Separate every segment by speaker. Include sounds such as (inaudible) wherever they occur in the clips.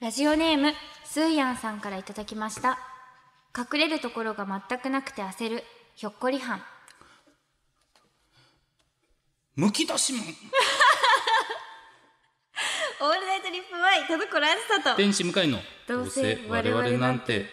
Speaker 1: ラジオネームスーヤンさんからいただきました隠れるところが全くなくて焦るひょっこりはん
Speaker 2: むき出しもん
Speaker 1: オールナイトリップワイ田所あずさと
Speaker 2: 天使向かいの
Speaker 1: どうせ
Speaker 2: ど我々なんて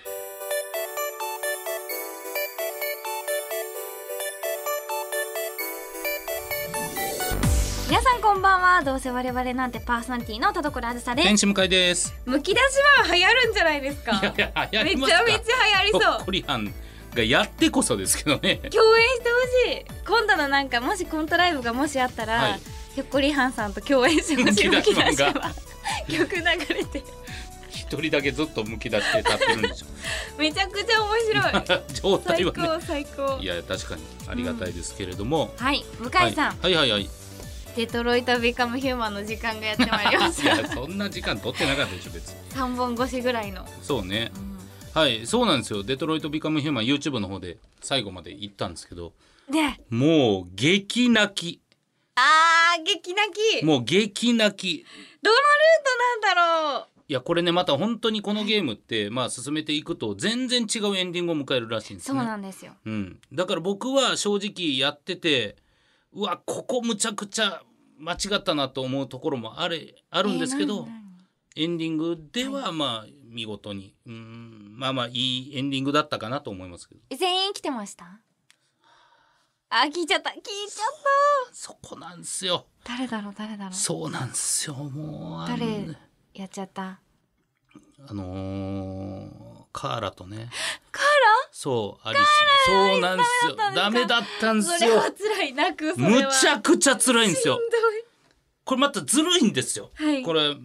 Speaker 1: 皆さんこんばんはどうせ我々なんてパーソナリティの田所あずさで
Speaker 2: 天
Speaker 1: す
Speaker 2: 使向かいです
Speaker 1: むき出しは流行るんじゃないですか
Speaker 2: いやいや流行
Speaker 1: めち
Speaker 2: り
Speaker 1: ゃ
Speaker 2: ま
Speaker 1: め
Speaker 2: す
Speaker 1: ちゃ
Speaker 2: か
Speaker 1: 流行りそ
Speaker 2: ほっ
Speaker 1: う
Speaker 2: こりはんがやってこそですけどね
Speaker 1: 共演してほしい今度のなんかもしコントライブがもしあったら、
Speaker 2: はい
Speaker 1: ひょっこりはんさんと共演してほしい
Speaker 2: (laughs) む
Speaker 1: むき
Speaker 2: き出
Speaker 1: 出
Speaker 2: し
Speaker 1: し
Speaker 2: マン
Speaker 1: は (laughs) 曲流れて
Speaker 2: 一人だけずっとむき出して立ってるんでしょ
Speaker 1: めちゃくちゃ面白い
Speaker 2: (laughs) 状態
Speaker 1: 最
Speaker 2: はね
Speaker 1: 高最高
Speaker 2: いや確かにありがたいですけれども、
Speaker 1: はい向井
Speaker 2: はい、
Speaker 1: さん、
Speaker 2: はいはいはいい
Speaker 1: デトロイトビカムヒューマンの時間がやってまいりま (laughs)
Speaker 2: や
Speaker 1: した
Speaker 2: そんな時間取ってなかったでしょ別に
Speaker 1: 三本越しぐらいの、
Speaker 2: そうね
Speaker 1: う
Speaker 2: はいそうなんですよデトロイトビカムヒューマン YouTube の方で最後まで行ったんですけど
Speaker 1: ん、で
Speaker 2: もう激泣き
Speaker 1: あー激泣き
Speaker 2: もう激泣き
Speaker 1: どのルートなんだろう
Speaker 2: いやこれねまた本当にこのゲームってまあ進めていくと全然違うエンディングを迎えるらしいんです
Speaker 1: そ
Speaker 2: ね
Speaker 1: うなんですよ
Speaker 2: うん、だから僕は正直やっててうわここむちゃくちゃ間違ったなと思うところもあれあ
Speaker 1: あ
Speaker 2: るんですけど、エンディングで
Speaker 1: は
Speaker 2: はまあ見事にうんまあまあいいエンディングだったかなと思いますけど
Speaker 1: 全員来てましたあ聞いちゃった聞いちゃっ
Speaker 2: そこなんすよ
Speaker 1: た誰だろう誰だろう
Speaker 2: そうなんすよもうあの
Speaker 1: 誰やっちゃった
Speaker 2: あのーカーラとね
Speaker 1: カー
Speaker 2: そうアリスそうなんすよ
Speaker 1: ダメだったんですか
Speaker 2: ダメだったん
Speaker 1: ラ
Speaker 2: す
Speaker 1: それは
Speaker 2: よ
Speaker 1: 辛い泣くそれ
Speaker 2: む
Speaker 1: は
Speaker 2: ちゃくちゃ辛いんです
Speaker 1: しん
Speaker 2: よ
Speaker 1: どい
Speaker 2: これまたずるいんですよ、
Speaker 1: はい
Speaker 2: これ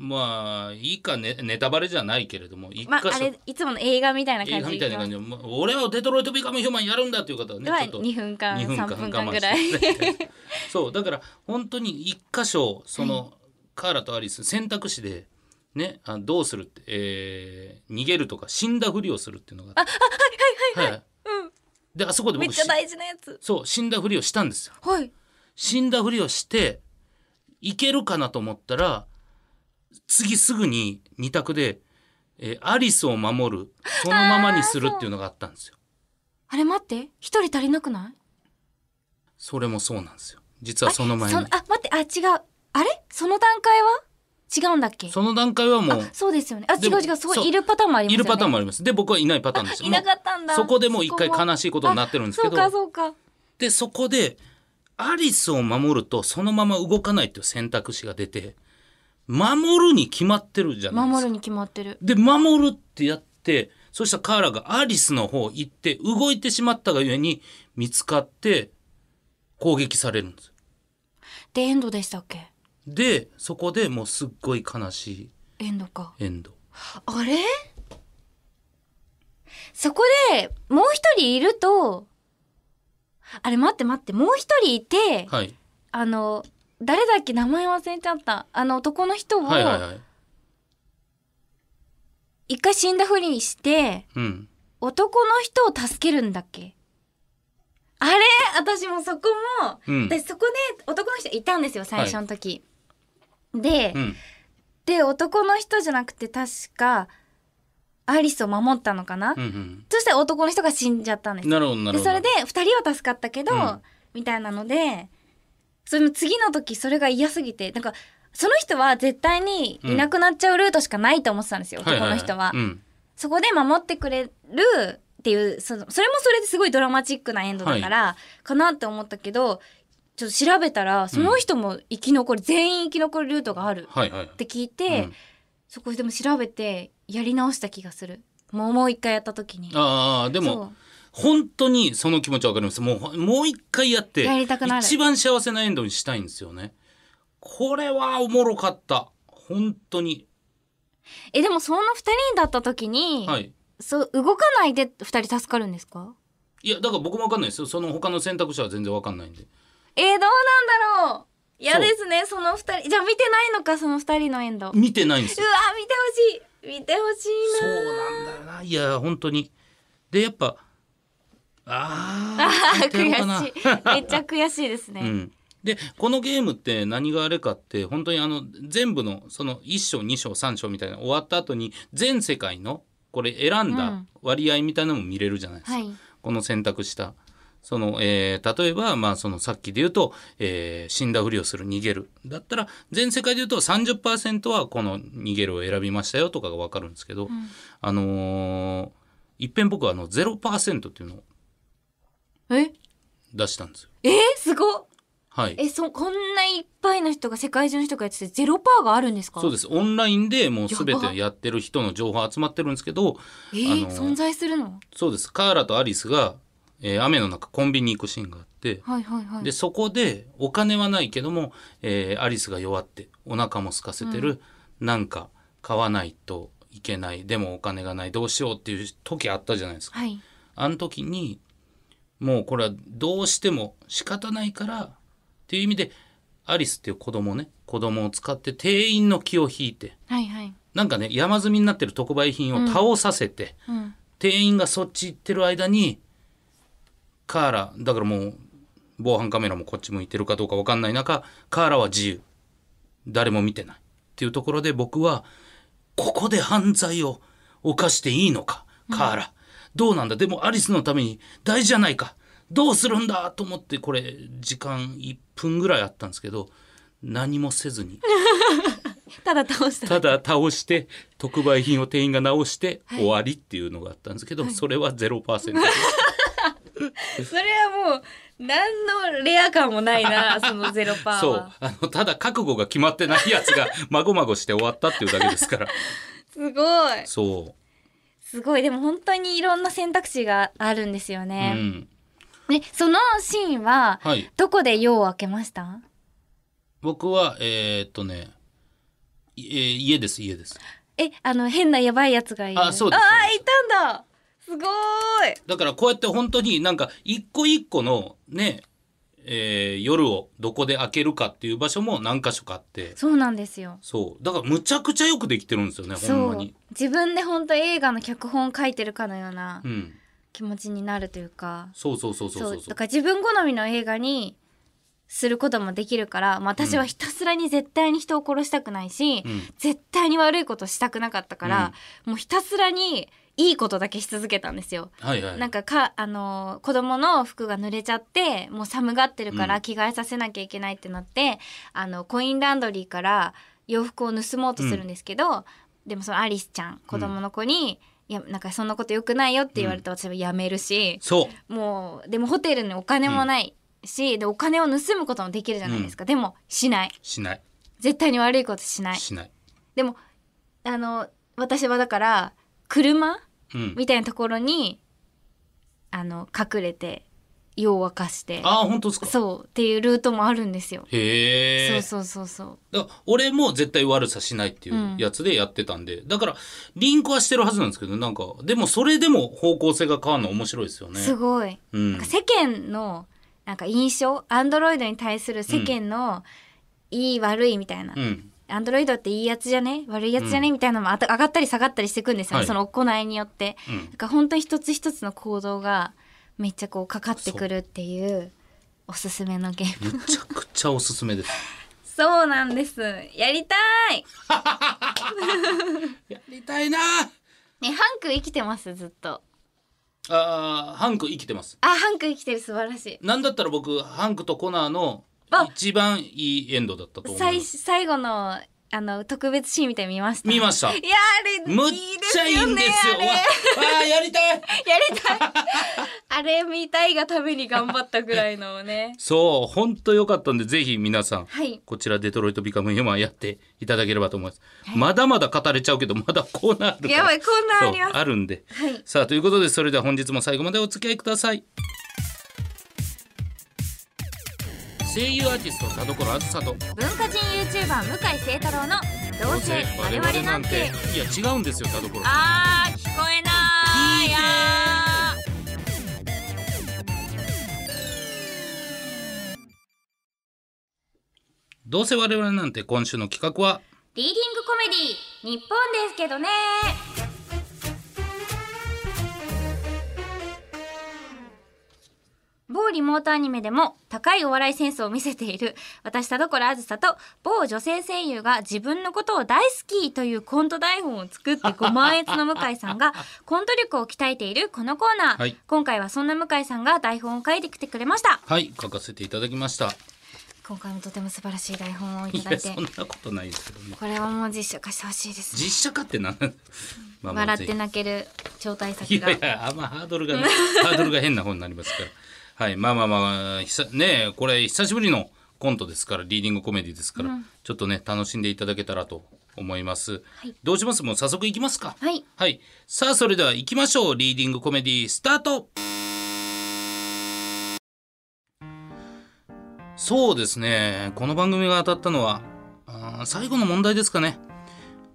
Speaker 2: まあいいかねネタバレじゃないけれども一
Speaker 1: まあ
Speaker 2: 箇
Speaker 1: あ
Speaker 2: 所、
Speaker 1: れいつもの映画みたいな感
Speaker 2: 映画
Speaker 1: じ
Speaker 2: みたいな感じで、まあ俺はデトロイト・ビカム・ヒューマンやるんだという方はね
Speaker 1: は
Speaker 2: ちょっと
Speaker 1: 2分間
Speaker 2: 二
Speaker 1: 3分間ぐら
Speaker 2: 我慢
Speaker 1: い
Speaker 2: して (laughs) そうだから本当に一箇所その、カーラとアリス選択肢でねあどうするって、えー逃げるとか死んだふりをするっていうのがあはいはいはいはい、であそこで
Speaker 1: めっ
Speaker 2: 僕
Speaker 1: ちゃ
Speaker 2: し
Speaker 1: 大事なやつ
Speaker 2: そう死んだふりをしたんですよ
Speaker 1: はい
Speaker 2: 死んだふりをしていけるかなと思ったら次すぐに2択で、えーアリスを守るそのままにするっていうのがあったんですよ
Speaker 1: あれ待って一人足りなくない
Speaker 2: それもそうなんですよ実はその前
Speaker 1: そ
Speaker 2: に
Speaker 1: あ待ってあ違うあれその段階は違うんだっけ
Speaker 2: その段階はもう
Speaker 1: あそうですよねあ違
Speaker 2: でも
Speaker 1: う違うそ
Speaker 2: そうう
Speaker 1: いるパターンもあります
Speaker 2: い
Speaker 1: よね
Speaker 2: るパターンもありますで僕はいないパターンでした
Speaker 1: いなかったんだ
Speaker 2: もうそこでもう一回
Speaker 1: そこも
Speaker 2: 悲しいことになってるんですけど
Speaker 1: あそうかそうか
Speaker 2: でそこでアリスを守るとそのまま動かないっていう選択肢が出て守るに決まってるじゃないですか
Speaker 1: 守るに決まってる
Speaker 2: で、守るってやって、そしたらカーラがアリスの方行って、動いてしまったがゆえに、見つかって、攻撃されるんですよ。
Speaker 1: でエンドでしたっけ
Speaker 2: で、そこでもうすっごい悲し
Speaker 1: エンドか
Speaker 2: いエンド。
Speaker 1: あれそこでもう一人いるとあれ待って待ってもう一人いて、
Speaker 2: はい。
Speaker 1: あの誰だっけ名前忘れちゃったあの男の人を
Speaker 2: はいはいはい。
Speaker 1: 一回死んだふりにして
Speaker 2: うん。
Speaker 1: 男の人を助けるんだっけあれ私もそこも、
Speaker 2: うん。
Speaker 1: 私そこで男の人いたんですよ最初の時、で、
Speaker 2: うん。
Speaker 1: で男の人じゃなくて確かアリスを守ったのかな、
Speaker 2: うん
Speaker 1: そして男の人が死んじゃったんで
Speaker 2: う
Speaker 1: す
Speaker 2: ん。なるほどな
Speaker 1: で
Speaker 2: るほ
Speaker 1: そ
Speaker 2: ど。
Speaker 1: れで2人は助かったけど、
Speaker 2: うん
Speaker 1: みたいなのでその次の時それが嫌すぎてなんかその人は絶対にいなくなっちゃうルートしかないと思ってたんですよ、
Speaker 2: いい
Speaker 1: 男
Speaker 2: い
Speaker 1: の人は。
Speaker 2: うん。
Speaker 1: そこで守ってくれるっていうそのそれもそれですごいドラマチックなエンドだから、かなって思ったけどちょっと調べたらその人も生き残り、全員生き残るルートがある
Speaker 2: はいはい
Speaker 1: っ。て聞いて、
Speaker 2: うん
Speaker 1: そこでも調べてやり直した気がするもうもう一回やった時に。
Speaker 2: ああ、で
Speaker 1: そ
Speaker 2: も
Speaker 1: う、
Speaker 2: 本当にその気持ちわかります。もう、もう一回やって、
Speaker 1: やりたくなる
Speaker 2: 一番幸せなエンドにしたいんですよね。これはおもろかった。本当に。
Speaker 1: えでもその2人だった時に、
Speaker 2: はい。
Speaker 1: そう動かないで2人助かるんですか
Speaker 2: いやだから僕も分かんないですよその他の選択肢は全然分かんないんで
Speaker 1: えー、どうなんだろう嫌ですねその2人じゃあ見てないのかその2人のエンドうわ見
Speaker 2: 見てないんです
Speaker 1: て
Speaker 2: よ
Speaker 1: ほしい見てほしい
Speaker 2: そ
Speaker 1: な
Speaker 2: うなんだよないや本当にでやっぱあ
Speaker 1: あ
Speaker 2: ー
Speaker 1: ー
Speaker 2: 見てやろうかな
Speaker 1: (laughs) 悔しい。めっちゃ悔しいですね。
Speaker 2: うんでこのゲームって何があれかって本当にあの全部のその1章2章3章みたいな終わった後に全世界のこれ選ん
Speaker 1: う
Speaker 2: だ
Speaker 1: ん
Speaker 2: 割合みたいなのも見れるじゃないですか、
Speaker 1: はい。
Speaker 2: この選択したその、えー例えば、まあ、そのさっきで言うと、えー死んだふりをする逃げるだったら全世界で言うと30%はこの逃げるを選びましたよとかが分かるんですけど、
Speaker 1: ん
Speaker 2: あのー、いっぺん僕はあの0%っていうのを
Speaker 1: え
Speaker 2: 出したんですよ。
Speaker 1: えーすごっ
Speaker 2: はい、
Speaker 1: え、そ、こんないっぱいの人が、世界中の人がやってて、ゼロパーがあるんですか
Speaker 2: そうですオンラインでもう
Speaker 1: やば
Speaker 2: 全てやってる人の情報集まってるんですけど
Speaker 1: えー
Speaker 2: あの
Speaker 1: 存在するの
Speaker 2: そうですカーラとアリスが、えー雨の中コンビニ行くシーンがあって
Speaker 1: はいはいはい。
Speaker 2: でそこでお金はないけども、えーアリスが弱ってお腹も空かせてる、なんか買わないといけないでもお金がないどうしようっていう時あったじゃないですか。
Speaker 1: はい。
Speaker 2: あの時にもうこれはどうしても仕方ないからっていう意味でアリスっていう子供ね子供を使って店員の気を引いて
Speaker 1: はいはい。
Speaker 2: なんかね山積みになってる特売品を倒させて、
Speaker 1: うん。
Speaker 2: 店員がそっち行ってる間にカーラだからもう防犯カメラもこっち向いてるかどうか分かんない中カーラは自由誰も見てないっていうところで僕はここで犯罪を犯していいのかカーラ、どうなんだでもアリスのために大事じゃないかどうするんだと思ってこれ時間1分ぐらいあったんですけど何もせずに
Speaker 1: (laughs) ただ倒した。
Speaker 2: ただ倒して特売品を店員が直して終わりっていうのがあったんですけど、それは0%
Speaker 1: それはもう、何のレア感もない
Speaker 2: (laughs)
Speaker 1: な、そのゼロパーは。
Speaker 2: そうあのただ覚悟が決まってないやつがまごまごして終わったっていうだけですから
Speaker 1: (laughs) すごい。
Speaker 2: そ
Speaker 1: すごい。でも本当にいろんな選択肢があるんですよ
Speaker 2: う、う
Speaker 1: ね。
Speaker 2: ん、
Speaker 1: で、そのシーンは、
Speaker 2: はい
Speaker 1: どこで夜を明けました
Speaker 2: 僕はえーっとねいえー家です家です
Speaker 1: え、あの、変なやばいやつがいる。
Speaker 2: あそうです
Speaker 1: あ
Speaker 2: そ
Speaker 1: ー、
Speaker 2: う
Speaker 1: いたんだすごーい
Speaker 2: だからこうやって本当になんか一個一個のね、えー夜をどこで開けるかっていう場所も何箇所かあって
Speaker 1: そうなんですよ。
Speaker 2: そうだからむちゃくちゃよくできてるんですよねほん
Speaker 1: そ
Speaker 2: ま
Speaker 1: う
Speaker 2: に。
Speaker 1: 自分で本当映画の脚本を書いてるかのような
Speaker 2: うん
Speaker 1: 気持ちになるというか、
Speaker 2: そうそうそうそうそうそ
Speaker 1: だ
Speaker 2: う
Speaker 1: から自分好みの映画にすることもできるから、まあ、私はひたすらに絶対に人を殺したくないし、
Speaker 2: うん
Speaker 1: 絶対に悪いことしたくなかったから、もうひたすらにいいことだけし続けたんですよ。
Speaker 2: はいはい
Speaker 1: なんかか、あのー子供の服が濡れちゃってもう寒がってるか
Speaker 2: う
Speaker 1: ら
Speaker 2: ん
Speaker 1: 着替えさせなきゃいけないってなって、あのコインランドリーから洋服を盗もうとするんですけど、でもそのアリスちゃん子供の子に、いやなんかそんなことよくないよって言われて私はやめるし、
Speaker 2: そう
Speaker 1: もうでもホテルにお金もないし、でお金を盗むこともできるじゃないですか、でもしない
Speaker 2: しない
Speaker 1: 絶対に悪いことしない
Speaker 2: しない、
Speaker 1: でもあの私はだから車
Speaker 2: うん、
Speaker 1: みたいなところにあの隠れて夜を沸かして
Speaker 2: ああ本当ですか
Speaker 1: そうっていうルートもあるんですよ。
Speaker 2: へ
Speaker 1: そ
Speaker 2: え
Speaker 1: うそうそうそう。
Speaker 2: だから俺も絶対悪さしないっていうやつでやってたんで、だからリンクはしてるはずなんですけどなんかでもそれでも方向性が変わるの面白いですよね
Speaker 1: すごい。
Speaker 2: うん
Speaker 1: なんか世間のなんか印象アンドロイドに対する世間のいい悪いみたいな、
Speaker 2: うん
Speaker 1: アンドロイドっていいやつじゃね悪いやつじゃね、みたいなのもあた上がったり下がったりしていくんですよね、
Speaker 2: はい
Speaker 1: その行いによって。
Speaker 2: うん
Speaker 1: なんか本当に一つ一つの行動がめっちゃこうかかってくるっていうおすすめのゲーム。
Speaker 2: (laughs) むちゃくちゃおすす
Speaker 1: (laughs)
Speaker 2: めです。
Speaker 1: そうなんです。やりたい。
Speaker 2: やりたいな
Speaker 1: ね、ハンク生きてます、ずっと。
Speaker 2: あーハンク生きてます。
Speaker 1: あ、ハンク生きてる、素晴らしい。
Speaker 2: なんだったら僕、ハンクとコナーの
Speaker 1: あ
Speaker 2: 一番いいエンドだったと思い
Speaker 1: 最
Speaker 2: ます。
Speaker 1: 最後の、あの、特別シーンみたいに見ました。
Speaker 2: 見ました
Speaker 1: いや、あれ、
Speaker 2: むっ
Speaker 1: いいで
Speaker 2: ちゃ
Speaker 1: す
Speaker 2: いい
Speaker 1: よ
Speaker 2: ん
Speaker 1: ね
Speaker 2: ですよ。
Speaker 1: あ
Speaker 2: わ
Speaker 1: れ。
Speaker 2: あーやりたい。
Speaker 1: やりたい。あれ見たいがために頑張ったぐらいの (laughs) ね
Speaker 2: そう、本当良かったんで、ぜひ皆さん、
Speaker 1: はい
Speaker 2: こちらデトロイトビカムヒューマンやっていただければと思います。まだまだ語れちゃうけど、まだコーナーあるから。
Speaker 1: やばい、こんな
Speaker 2: そ
Speaker 1: ん
Speaker 2: う
Speaker 1: あります。
Speaker 2: あるんで。
Speaker 1: はい。
Speaker 2: さあ、ということで、それでは本日も最後までお付き合いください。声優アーティスト田所あずさと
Speaker 1: 文化人 YouTuber 向井聖太郎の、どうせ我々なんて。
Speaker 2: いや違うんですよ田所
Speaker 1: あー、聞こえない。いやー。
Speaker 2: どうせ我々なんて今週の企画は
Speaker 1: リーディングコメディ日本ですけどね某リモートアニメでも高いお笑いセンスを見せている私田所あずさと某女性声優が自分のことを大好きというコント台本を作ってご満悦の向井さ
Speaker 2: (laughs)
Speaker 1: んがコント力を鍛えているこのコーナー、
Speaker 2: はい
Speaker 1: 今回はそんな向井さんが台本を書いてきてくれました
Speaker 2: はい書かせていただきました
Speaker 1: 今回もとても素晴らしい台本をい
Speaker 2: い
Speaker 1: ただ
Speaker 2: や
Speaker 1: いて
Speaker 2: そんなことないですけどね
Speaker 1: これはもう実写化してほしいですね
Speaker 2: 実写化って何なんまあまあ
Speaker 1: 笑っ
Speaker 2: ぜ
Speaker 1: て
Speaker 2: ひ
Speaker 1: 泣ける超大作
Speaker 2: い
Speaker 1: が
Speaker 2: やいやあんまハードルがねハードルが変な方になりますから (laughs) はいまあまあまあ久ねえこれ久しぶりのコントですからリーディングコメディですから、ちょっとね楽しんでいただけたらと思います、
Speaker 1: はい
Speaker 2: どうしますもう早速いきますか
Speaker 1: はい
Speaker 2: はいさあそれでは行きましょうリーディングコメディスタートそうですねこの番組が当たったのはあー最後の問題ですかね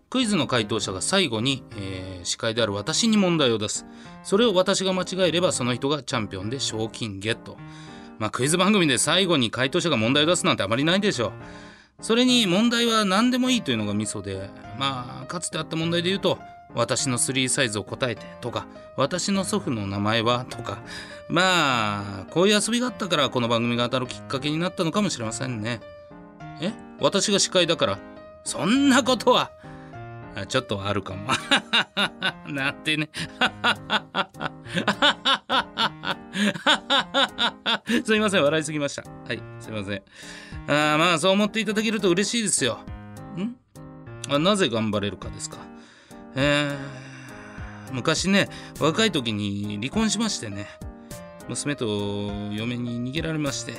Speaker 2: クイズの回答者が最後に、えー司会である私に問題を出すそれを私が間違えればその人がチャンピオンで賞金ゲットまあクイズ番組で最後に回答者が問題を出すなんてあまりないでしょうそれに問題は何でもいいというのがミソでまあかつてあった問題で言うと私のスリーサイズを答えてとか私の祖父の名前はとかまあこういう遊びがあったからこの番組が当たるきっかけになったのかもしれませんねえ私が司会だからそんなことはあちょっとはあるかも (laughs) なんてね (laughs) すいません笑いすぎましたはいすいませんあーまあそう思っていただけると嬉しいですよ。んあなぜ頑張れるかですか。えー、昔ね若い時に離婚しましてね娘と嫁に逃げられまして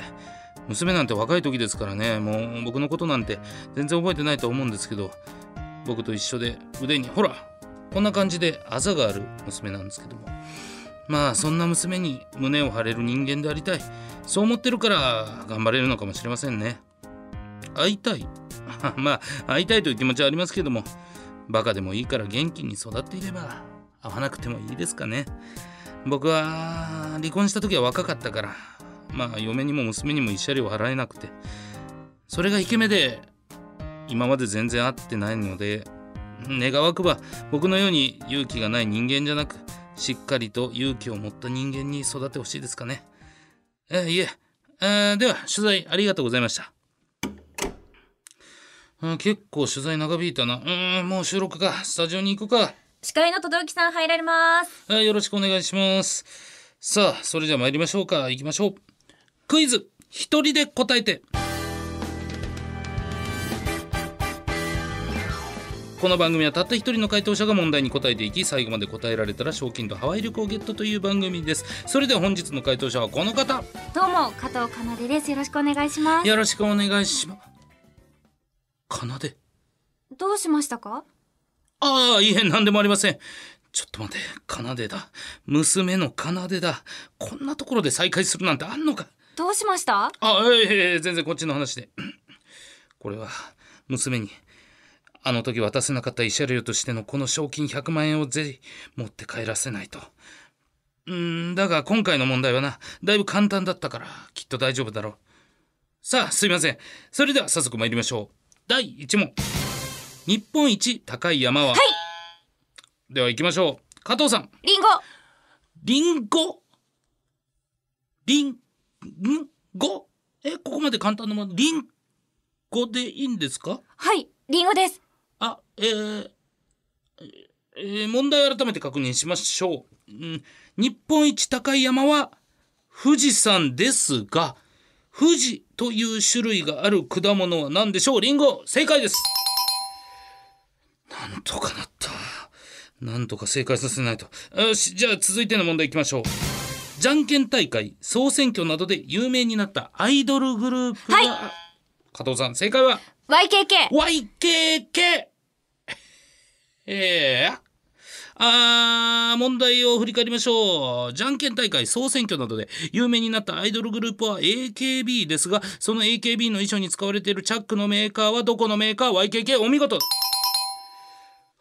Speaker 2: 娘なんて若い時ですからねもう僕のことなんて全然覚えてないと思うんですけど僕と一緒で腕にほらこんな感じであざがある娘なんですけどもまあそんな娘に胸を張れる人間でありたいそう思ってるから頑張れるのかもしれませんね会いたい (laughs) まあ会いたいという気持ちはありますけどもバカでもいいから元気に育っていれば会わなくてもいいですかね僕は離婚した時は若かったからまあ嫁にも娘にも慰謝料払えなくてそれがイケメンで今まで全然会ってないので願わくば僕のように勇気がない人間じゃなくしっかりと勇気を持った人間に育ってほしいですかねえーいええーでは取材ありがとうございましたうん結構取材長引いたなうーんもう収録かスタジオに行くか
Speaker 1: 司会の轟さん入られます
Speaker 2: はい、よろしくお願いします。さあ、それじゃあ参りましょうか。行きましょう。クイズ、一人で答えて。この番組はたった一人の回答者が問題に答えていき最後まで答えられたら賞金とハワイ旅行をゲットという番組ですそれでは本日の回答者はこの方
Speaker 1: どうも加藤かなでですよろしくお願いします
Speaker 2: よろしくお願いしますかなで
Speaker 1: どうしましたか
Speaker 2: ああ、いいえ、なんでもありません。ちょっと待って、奏でだ。娘の奏でだ。こんなところで再会するなんてあんのか。
Speaker 1: どうしました
Speaker 2: あ、いえいえいえ、全然こっちの話で。 (clears throat) これは、娘に、あの時渡せなかった慰謝料としてのこの賞金100万円をぜひ持って帰らせないと。うーん、だが今回の問題はな、だいぶ簡単だったから、きっと大丈夫だろう。さあ、すいません。それでは早速参りましょう。第1問。日本一高い山は、では行きましょう。加藤さん、
Speaker 1: リンゴ
Speaker 2: リンゴリン、んごえ、ここまで簡単なもの、リンゴでいいんですか
Speaker 1: はいリンゴです
Speaker 2: あ、えーえー問題改めて確認しましょう。うん日本一高い山は富士山ですが、富士という種類がある果物は何でしょうリンゴ正解ですなんとかなった。なんとか正解させないと。よし、じゃあ続いての問題いきましょう。じゃんけん大会、総選挙などで有名になったアイドルグループが、
Speaker 1: はい
Speaker 2: 加藤さん、正解は
Speaker 1: YKK
Speaker 2: YKK! ええあー、問題を振り返りましょう。じゃんけん大会、総選挙などで有名になったアイドルグループは AKB ですが、その AKB の衣装に使われているチャックのメーカーはどこのメーカー ?YKK、お見事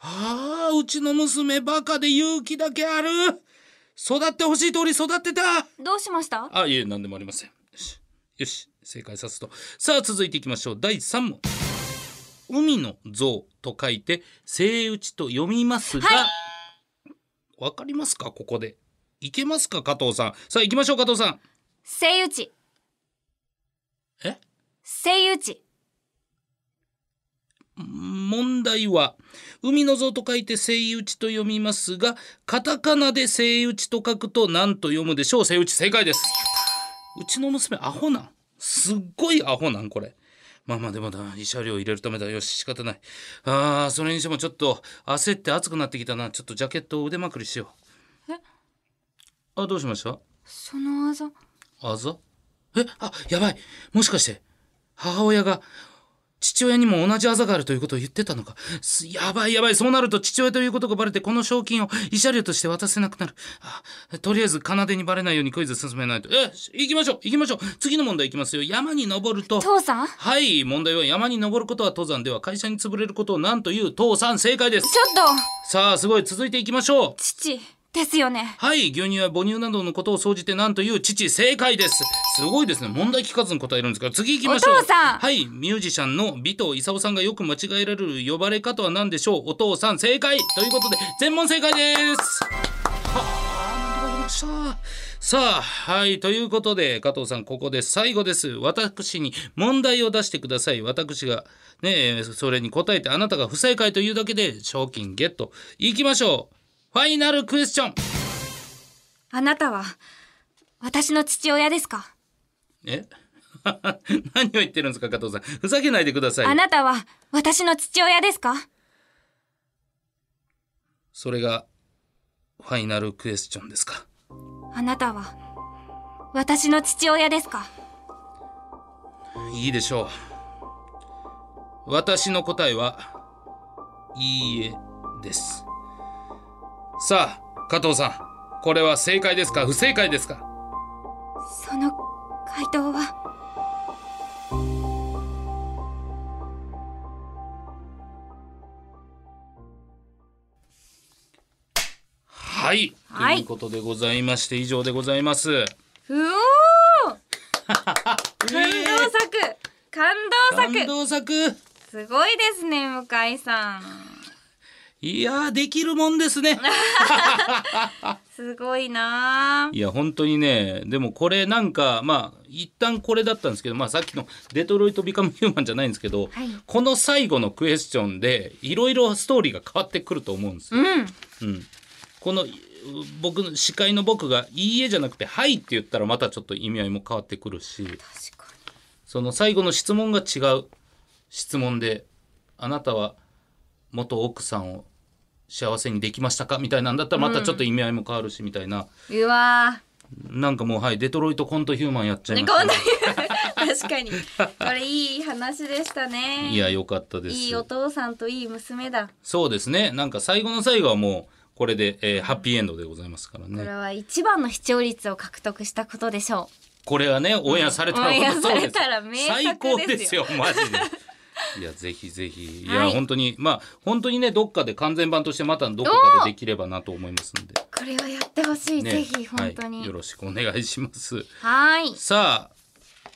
Speaker 2: あー、うちの娘バカで勇気だけある育ってほしい通り育ってた
Speaker 1: どうしました
Speaker 2: あ、いえ、何でもありません。よし、よし正解さすと。さあ、続いていきましょう。第3問。海の象と書いて、セイウチと読みますが、
Speaker 1: は
Speaker 2: わかりますかここで。いけますか加藤さん。さあ、行きましょう、加藤さん。
Speaker 1: セイウチ
Speaker 2: え
Speaker 1: セイウチ
Speaker 2: 問題は海の像と書いてセイウチと読みますがカタカナでセイウチと書くと何と読むでしょうセイウチ正解ですうちの娘アホなんすっごいアホなんこれまあまあでもだ慰謝料入れるためだよし仕方ないあーそれにしてもちょっと焦って暑くなってきたなちょっとジャケットを腕まくりしよう
Speaker 1: え
Speaker 2: あどうしました
Speaker 1: そのあざ
Speaker 2: あざえあやばいもしかして母親が父親にも同じあざがあるということを言ってたのかすやばいやばいそうなると父親ということがバレてこの賞金を慰謝料として渡せなくなるあとりあえず奏にバレないようにクイズ進めないとえ行きましょう行きましょう次の問題行きますよ山に登ると
Speaker 1: 父さんち
Speaker 2: はい問題は山に登ることは登山では会社に潰れることを何という父さん正解です
Speaker 1: ょっと
Speaker 2: さあすごい続いていきましょう
Speaker 1: 父ですよね
Speaker 2: はい、牛乳や母乳などのことを総じて何という父正解です。すごいですね。問題聞かずに答えるんですから、次行きましょう。
Speaker 1: お父さん
Speaker 2: はい、ミュージシャンの尾藤勲さんがよく間違えられる呼ばれ方は何でしょうお父さん正解ということで、全問正解ですはあ、なんとか来ました。さあ、はい、ということで、加藤さん、ここで最後です。私に問題を出してください。私が、ね、えーそれに答えて、あなたが不正解というだけで、賞金ゲット。行きましょう。ファイナルクエスチョン
Speaker 1: あなたは私の父親ですか
Speaker 2: え (laughs) 何を言ってるんですか加藤さんふざけないでくださ
Speaker 1: あ
Speaker 2: い
Speaker 1: なたは私の父親ですか
Speaker 2: それがファイナルクエスチョンですか
Speaker 1: あなたは私の父親ですか
Speaker 2: いいでしょう私の答えはいいえですさあ加藤さんこれは正解ですか不正解ですか
Speaker 1: その回答は
Speaker 2: はい、
Speaker 1: はい
Speaker 2: ということでございまして以上でございます
Speaker 1: うおー感動作、感動作
Speaker 2: 感動作
Speaker 1: すごいですね向井さん
Speaker 2: いやーできるもんですね
Speaker 1: すごいなあ
Speaker 2: いや本当にねでもこれなんかまあ一旦これだったんですけど、まあ、さっきの「デトロイト・ビカム・ヒューマン」じゃないんですけど、
Speaker 1: はい
Speaker 2: この最後のクエスチョンでいろいろストーリーが変わってくると思うんですよ。
Speaker 1: うん
Speaker 2: うんこのう僕の司会の僕が「いいえ」じゃなくて「はい」って言ったらまたちょっと意味合いも変わってくるし
Speaker 1: 確か
Speaker 2: その最後の質問が違う質問で「あなたは元奥さんを幸せにできましたか?」みたいなんだったらまたちょっと意味合いも変わるしみたいな。
Speaker 1: にうわー
Speaker 2: なんかもうはいデトロイトコントヒューマンやっちゃい
Speaker 1: ね
Speaker 2: ま
Speaker 1: こん
Speaker 2: し
Speaker 1: な確
Speaker 2: (laughs)
Speaker 1: かにこれいい話でした
Speaker 2: た。
Speaker 1: ね
Speaker 2: いや良かったです。
Speaker 1: いいお父さんといい娘だ
Speaker 2: そうですね。なんか最後の最後はもうこれで、えーハッピーエンドでございますから
Speaker 1: これ
Speaker 2: ね。
Speaker 1: は一番の視聴率を獲得したことでしょ
Speaker 2: これはねオンエアされたら
Speaker 1: オンエア
Speaker 2: 本当そうです
Speaker 1: されたら名作
Speaker 2: 最高で
Speaker 1: ですす
Speaker 2: よマジで。いやぜひぜひいや、
Speaker 1: (laughs) はい
Speaker 2: 本当にまあ本当にねどっかで完全版としてまたどこかでできればなと思いますんで
Speaker 1: う。これはやってほしい、
Speaker 2: ね
Speaker 1: ぜひ本当
Speaker 2: は
Speaker 1: に
Speaker 2: い、よろしくお願いします。
Speaker 1: はーい
Speaker 2: さあ、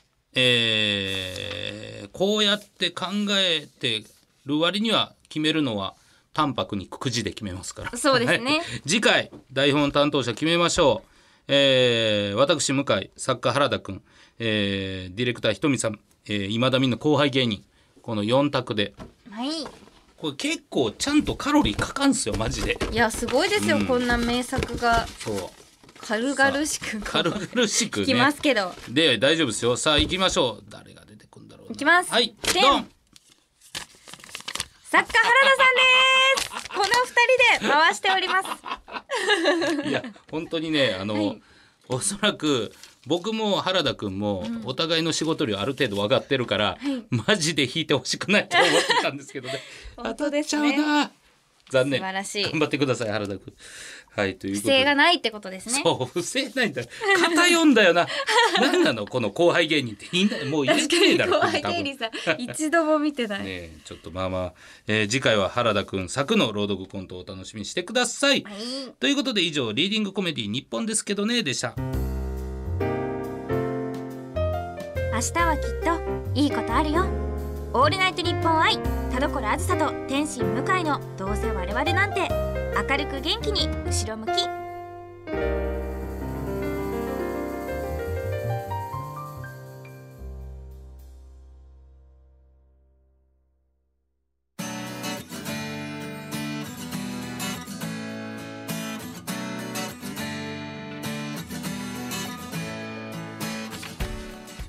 Speaker 2: えーこうやって考えてる割には決めるのは淡白にくくじで決めますから
Speaker 1: そうですね
Speaker 2: はい次回台本担当者決めましょう、えー私向井作家原田君、えーディレクターひとみさん、えー今田美の後輩芸人この4択で
Speaker 1: はい
Speaker 2: これ結構ちゃんとカロリーかかんすよマジで
Speaker 1: いやすごいですよ、こんな名作が
Speaker 2: そう
Speaker 1: 軽々しく
Speaker 2: 軽々しくね
Speaker 1: 聞きますけど
Speaker 2: で大丈夫ですよさあ行きましょう誰が出てくんだろう
Speaker 1: 行きます
Speaker 2: はい
Speaker 1: せん
Speaker 2: ドン
Speaker 1: 作家原田さんですこの二人で回しております
Speaker 2: いや本当にねあの、おそらく僕も原田君もお互いの仕事量ある程度分かってるから、マジで引いてほしくないと思ってたんですけどね
Speaker 1: (laughs) 本当です
Speaker 2: 当たっ
Speaker 1: ね
Speaker 2: ちゃうな残念
Speaker 1: 素晴らしい
Speaker 2: 頑張ってください原田君はいという
Speaker 1: 不
Speaker 2: ことで
Speaker 1: 正がないってことですね
Speaker 2: そう不正ないんだ偏んだ
Speaker 1: (laughs)
Speaker 2: よな何なのこの後輩芸人っていないもう入れてねえだろ
Speaker 1: 後輩
Speaker 2: 多分
Speaker 1: 芸人さん一度も見てない、
Speaker 2: ねえちょっとまあまあ、えー次回は原田君作の朗読コントをお楽しみにしてください
Speaker 1: はい
Speaker 2: ということで以上リーディングコメディ日本ですけどねでした
Speaker 1: 明日はきっといいことあるよオールナイトニッポン愛田所あずさと天心向井のどうせ我々なんて明るく元気に後ろ向き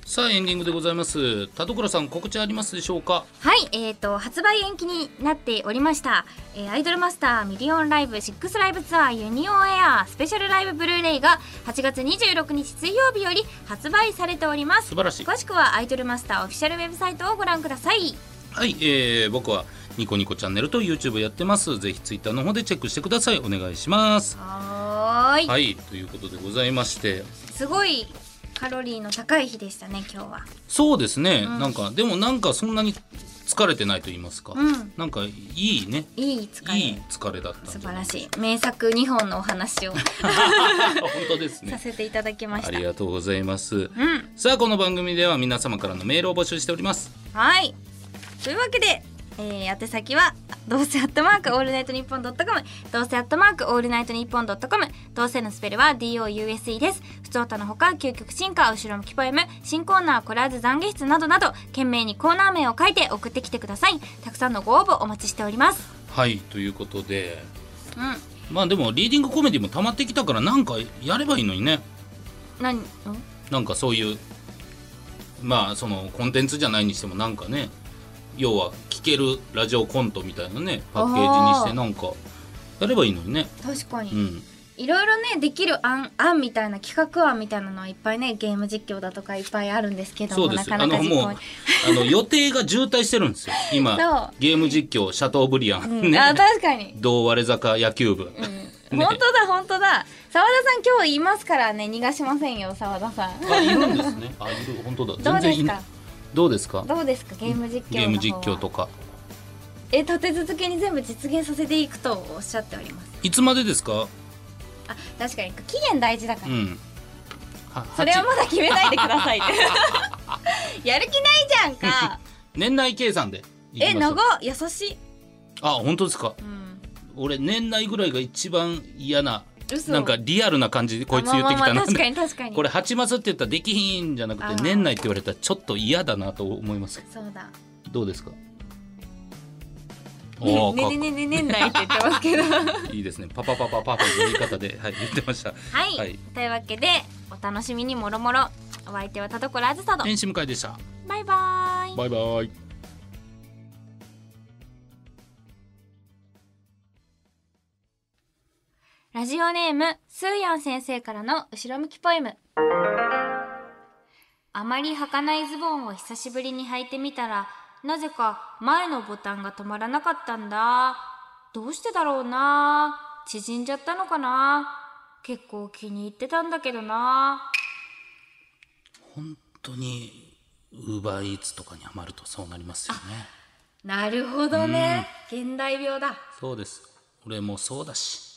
Speaker 2: さあエンディングでございます田所さん告知ありますでしょうか
Speaker 1: はい、えー、と発売延期になっておりました、えーアイドルマスターミリオンライブ6ライブツアーユニオンエアースペシャルライブブルーレイが8月26日水曜日より発売されております
Speaker 2: 素晴らしい
Speaker 1: 詳しくはアイドルマスターオフィシャルウェブサイトをご覧ください
Speaker 2: はい、えー、僕はニコニコチャンネルと YouTube やってますぜひ Twitter の方でチェックしてくださいお願いします
Speaker 1: はーい、
Speaker 2: はいということでございまして
Speaker 1: すごいカロリーの高い日でしたね今日は
Speaker 2: そうですね、
Speaker 1: うん
Speaker 2: なんかでもなんかそんなに疲れてないと言いますか、
Speaker 1: うん
Speaker 2: なんかいいね
Speaker 1: いい疲れ
Speaker 2: いい疲れだったん
Speaker 1: 素
Speaker 2: じ
Speaker 1: 晴
Speaker 2: ゃない
Speaker 1: らしい名作2本のお話を
Speaker 2: (laughs) 本当です
Speaker 1: さ
Speaker 2: ね
Speaker 1: せていただきま
Speaker 2: あ
Speaker 1: した
Speaker 2: りがとうございます
Speaker 1: うん
Speaker 2: さあこの番組では皆様からのメールを募集しております
Speaker 1: はい。というわけで、えー、宛先は、どうせアットマークオールナイトニッポンドットコム、どうせアットマークオールナイトニッポンドットコム、どうせのスペルは DOUSE です。不調たのほか、究極進化、後ろ向きポエム、新コーナー、コラーズ懺悔室などなど、懸命にコーナー名を書いて送ってきてください。たくさんのご応募お待ちしております。
Speaker 2: はいということで
Speaker 1: うん。
Speaker 2: まあでもリーディングコメディも溜まってきたからなんかやればいいのにね
Speaker 1: 何ん
Speaker 2: なんかそういうまあそのコンテンツじゃないにしてもなんかね要は聴けるラジオコントみたいなねパッケージにして
Speaker 1: あー
Speaker 2: なんかやればいいのにね
Speaker 1: 確か
Speaker 2: う
Speaker 1: に。
Speaker 2: ん
Speaker 1: いろいろね、できる案、案みたいな、企画案みたいなのはいっぱいね、ゲーム実況だとかいっぱいあるんですけど
Speaker 2: そう
Speaker 1: も、
Speaker 2: で
Speaker 1: な
Speaker 2: す
Speaker 1: か
Speaker 2: あ
Speaker 1: なか
Speaker 2: の
Speaker 1: 実
Speaker 2: もう
Speaker 1: 行
Speaker 2: あの予定が渋滞してるんですよ今
Speaker 1: そう
Speaker 2: ゲーム実況シャトーブリアン、
Speaker 1: うん、
Speaker 2: ね
Speaker 1: あ、確かに。
Speaker 2: 同割れ坂野球部、
Speaker 1: うん本当だ本当だ澤田さん今日いますからね逃がしませんよ澤田さん
Speaker 2: あいるんですねあいる本当だ
Speaker 1: どう
Speaker 2: (laughs) 全
Speaker 1: で
Speaker 2: 然い
Speaker 1: す
Speaker 2: ない
Speaker 1: か
Speaker 2: どうですか
Speaker 1: どうですかゲーム実況の方は
Speaker 2: ゲーム実況とか
Speaker 1: え立て続けに全部実現させていくとおっしゃっております
Speaker 2: いつまでですか
Speaker 1: あ確かに期限大事だか
Speaker 2: う
Speaker 1: ら、
Speaker 2: んは
Speaker 1: それは
Speaker 2: はち
Speaker 1: まだ決めないでくだ
Speaker 2: (laughs)
Speaker 1: さいって (laughs) やる気ないじゃんか
Speaker 2: 年内計算でいきま
Speaker 1: え
Speaker 2: しょう
Speaker 1: 長っ優しい、
Speaker 2: あ本当ですか
Speaker 1: うん、
Speaker 2: 俺年内ぐらいが一番嫌な
Speaker 1: 嘘
Speaker 2: なんかリアルな感じでこいつ言ってき
Speaker 1: ま
Speaker 2: た
Speaker 1: あまあま
Speaker 2: な
Speaker 1: あ確かに確かに
Speaker 2: これ8マスって言ったらできひんじゃなく
Speaker 1: あー
Speaker 2: て年内って言われたらちょっと嫌だなと思います
Speaker 1: そうだ
Speaker 2: どうですか
Speaker 1: ね
Speaker 2: お
Speaker 1: ね
Speaker 2: ー
Speaker 1: ねねねねないって言ってますけどは
Speaker 2: かいいですねパパパパパパの言い方で、はい、言ってました
Speaker 1: い、
Speaker 2: はい
Speaker 1: というわけでお楽しみにもろもろお相手は田所あずさと
Speaker 2: 天使向かいでした
Speaker 1: バイバイ。
Speaker 2: バイバイ
Speaker 1: ラジオネーム、スーヤン先生からの後ろ向きポエム。あまり儚いズボンを久しぶりに履いてみたら、なぜか前のボタンが止まらなかったんだ。どうしてだろうな。縮んじゃったのかな。結構気に入ってたんだけどな。
Speaker 2: 本当にウーバーイーツとかにハマるとそうなりますよね
Speaker 1: なるほどね。現代病だ。
Speaker 2: そうです俺もそうだし